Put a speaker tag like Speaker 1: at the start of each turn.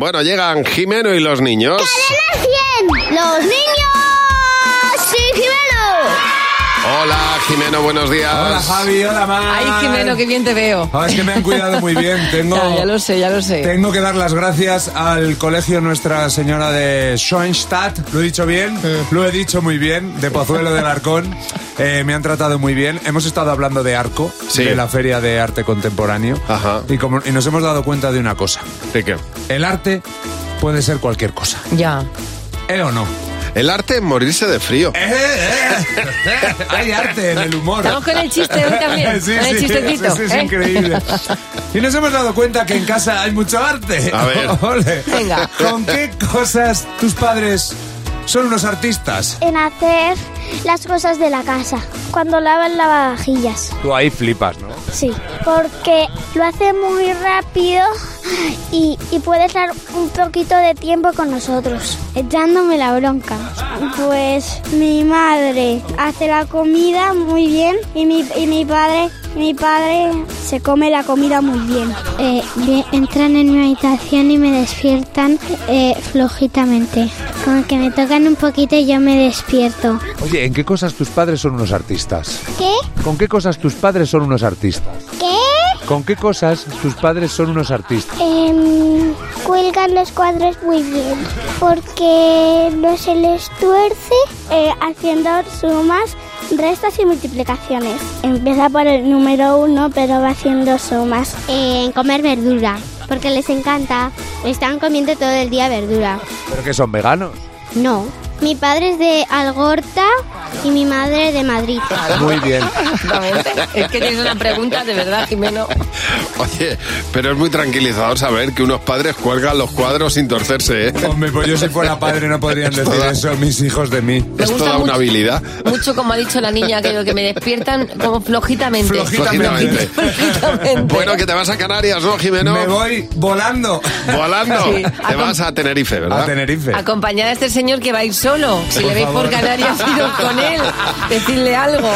Speaker 1: Bueno, llegan Jimeno y los niños.
Speaker 2: ¡Cadena 100! ¡Los niños! ¡Sí, Jimeno!
Speaker 1: Hola, Jimeno, buenos días.
Speaker 3: Hola Javi, hola Mar.
Speaker 4: Ay, Jimeno, qué bien te veo.
Speaker 3: Ah, es que me han cuidado muy bien. Tengo,
Speaker 4: Ya, ya lo sé, ya lo sé.
Speaker 3: tengo que dar las gracias al colegio Nuestra Señora de Schoenstatt. Lo he dicho bien, lo he dicho muy bien, de Pozuelo del Arcón. Eh, me han tratado muy bien. Hemos estado hablando de Arco,
Speaker 1: Sí.
Speaker 3: de la Feria de Arte Contemporáneo.
Speaker 1: Ajá.
Speaker 3: Y, como, y nos hemos dado cuenta de una cosa.
Speaker 1: ¿De qué?
Speaker 3: El arte puede ser cualquier cosa.
Speaker 4: Ya.
Speaker 3: ¿Eh o no?
Speaker 1: El arte en morirse de frío.
Speaker 3: Eh, eh, eh. Hay arte en el humor.
Speaker 4: Estamos con el chiste hoy también.
Speaker 3: Sí,
Speaker 4: con el
Speaker 3: sí,
Speaker 4: chistecito.
Speaker 3: eso es
Speaker 4: ¿eh?
Speaker 3: increíble. Y nos hemos dado cuenta que en casa hay mucho arte.
Speaker 1: A ver.
Speaker 3: Ole.
Speaker 4: Venga.
Speaker 3: ¿Con qué cosas tus padres son unos artistas?
Speaker 2: En hacer las cosas de la casa, cuando lavan lavavajillas.
Speaker 5: Tú ahí flipas, ¿no?
Speaker 2: Sí, porque lo hace muy rápido y, y puede estar un poquito de tiempo con nosotros, echándome la bronca. Pues mi madre hace la comida muy bien y mi, y mi padre... Mi padre se come la comida muy Eh, bien. entran en mi habitación y me despiertan eh, flojitamente. Como que me tocan un poquito y yo me despierto.
Speaker 5: Oye, ¿en qué cosas tus padres son unos artistas?
Speaker 2: ¿Qué?
Speaker 5: ¿Con qué cosas tus padres son unos artistas?
Speaker 2: ¿Qué?
Speaker 5: ¿Con qué cosas tus padres son unos artistas?
Speaker 2: Em, cuelgan los cuadros muy bien porque no se les tuerce eh, haciendo sumas, restas y multiplicaciones. Empieza por el número uno, pero va haciendo sumas.
Speaker 6: en comer verdura, porque les encanta. Están comiendo todo el día verdura.
Speaker 5: ¿Pero que son veganos?
Speaker 6: No. Mi padre es de Algorta y mi madre de Madrid.
Speaker 5: Muy bien.
Speaker 4: Exactamente. Es que tienes una pregunta de verdad, Jimeno.
Speaker 1: Oye, pero es muy tranquilizador saber que unos padres cuelgan los cuadros sin torcerse, ¿eh?
Speaker 3: Hombre, pues yo si fuera padre no podrían decir
Speaker 1: toda-
Speaker 3: eso mis hijos de mí.
Speaker 4: Me
Speaker 1: Es
Speaker 4: gusta
Speaker 1: toda
Speaker 4: mucho.
Speaker 1: una habilidad.
Speaker 4: Mucho como ha dicho la niña, que, que me despiertan como flojitamente.
Speaker 3: Flojitamente.
Speaker 4: Flojitamente.
Speaker 1: Bueno, que te vas a Canarias, ¿no, Jimeno?
Speaker 3: Me voy volando
Speaker 1: Volando.
Speaker 4: Sí.
Speaker 1: Te vas a Tenerife, ¿verdad?
Speaker 3: a Tenerife.
Speaker 4: Acompañada a este señor que va a ir solo. Si
Speaker 3: Por
Speaker 4: le veis por
Speaker 3: favor.
Speaker 4: Canarias, iros con él. Decirle algo.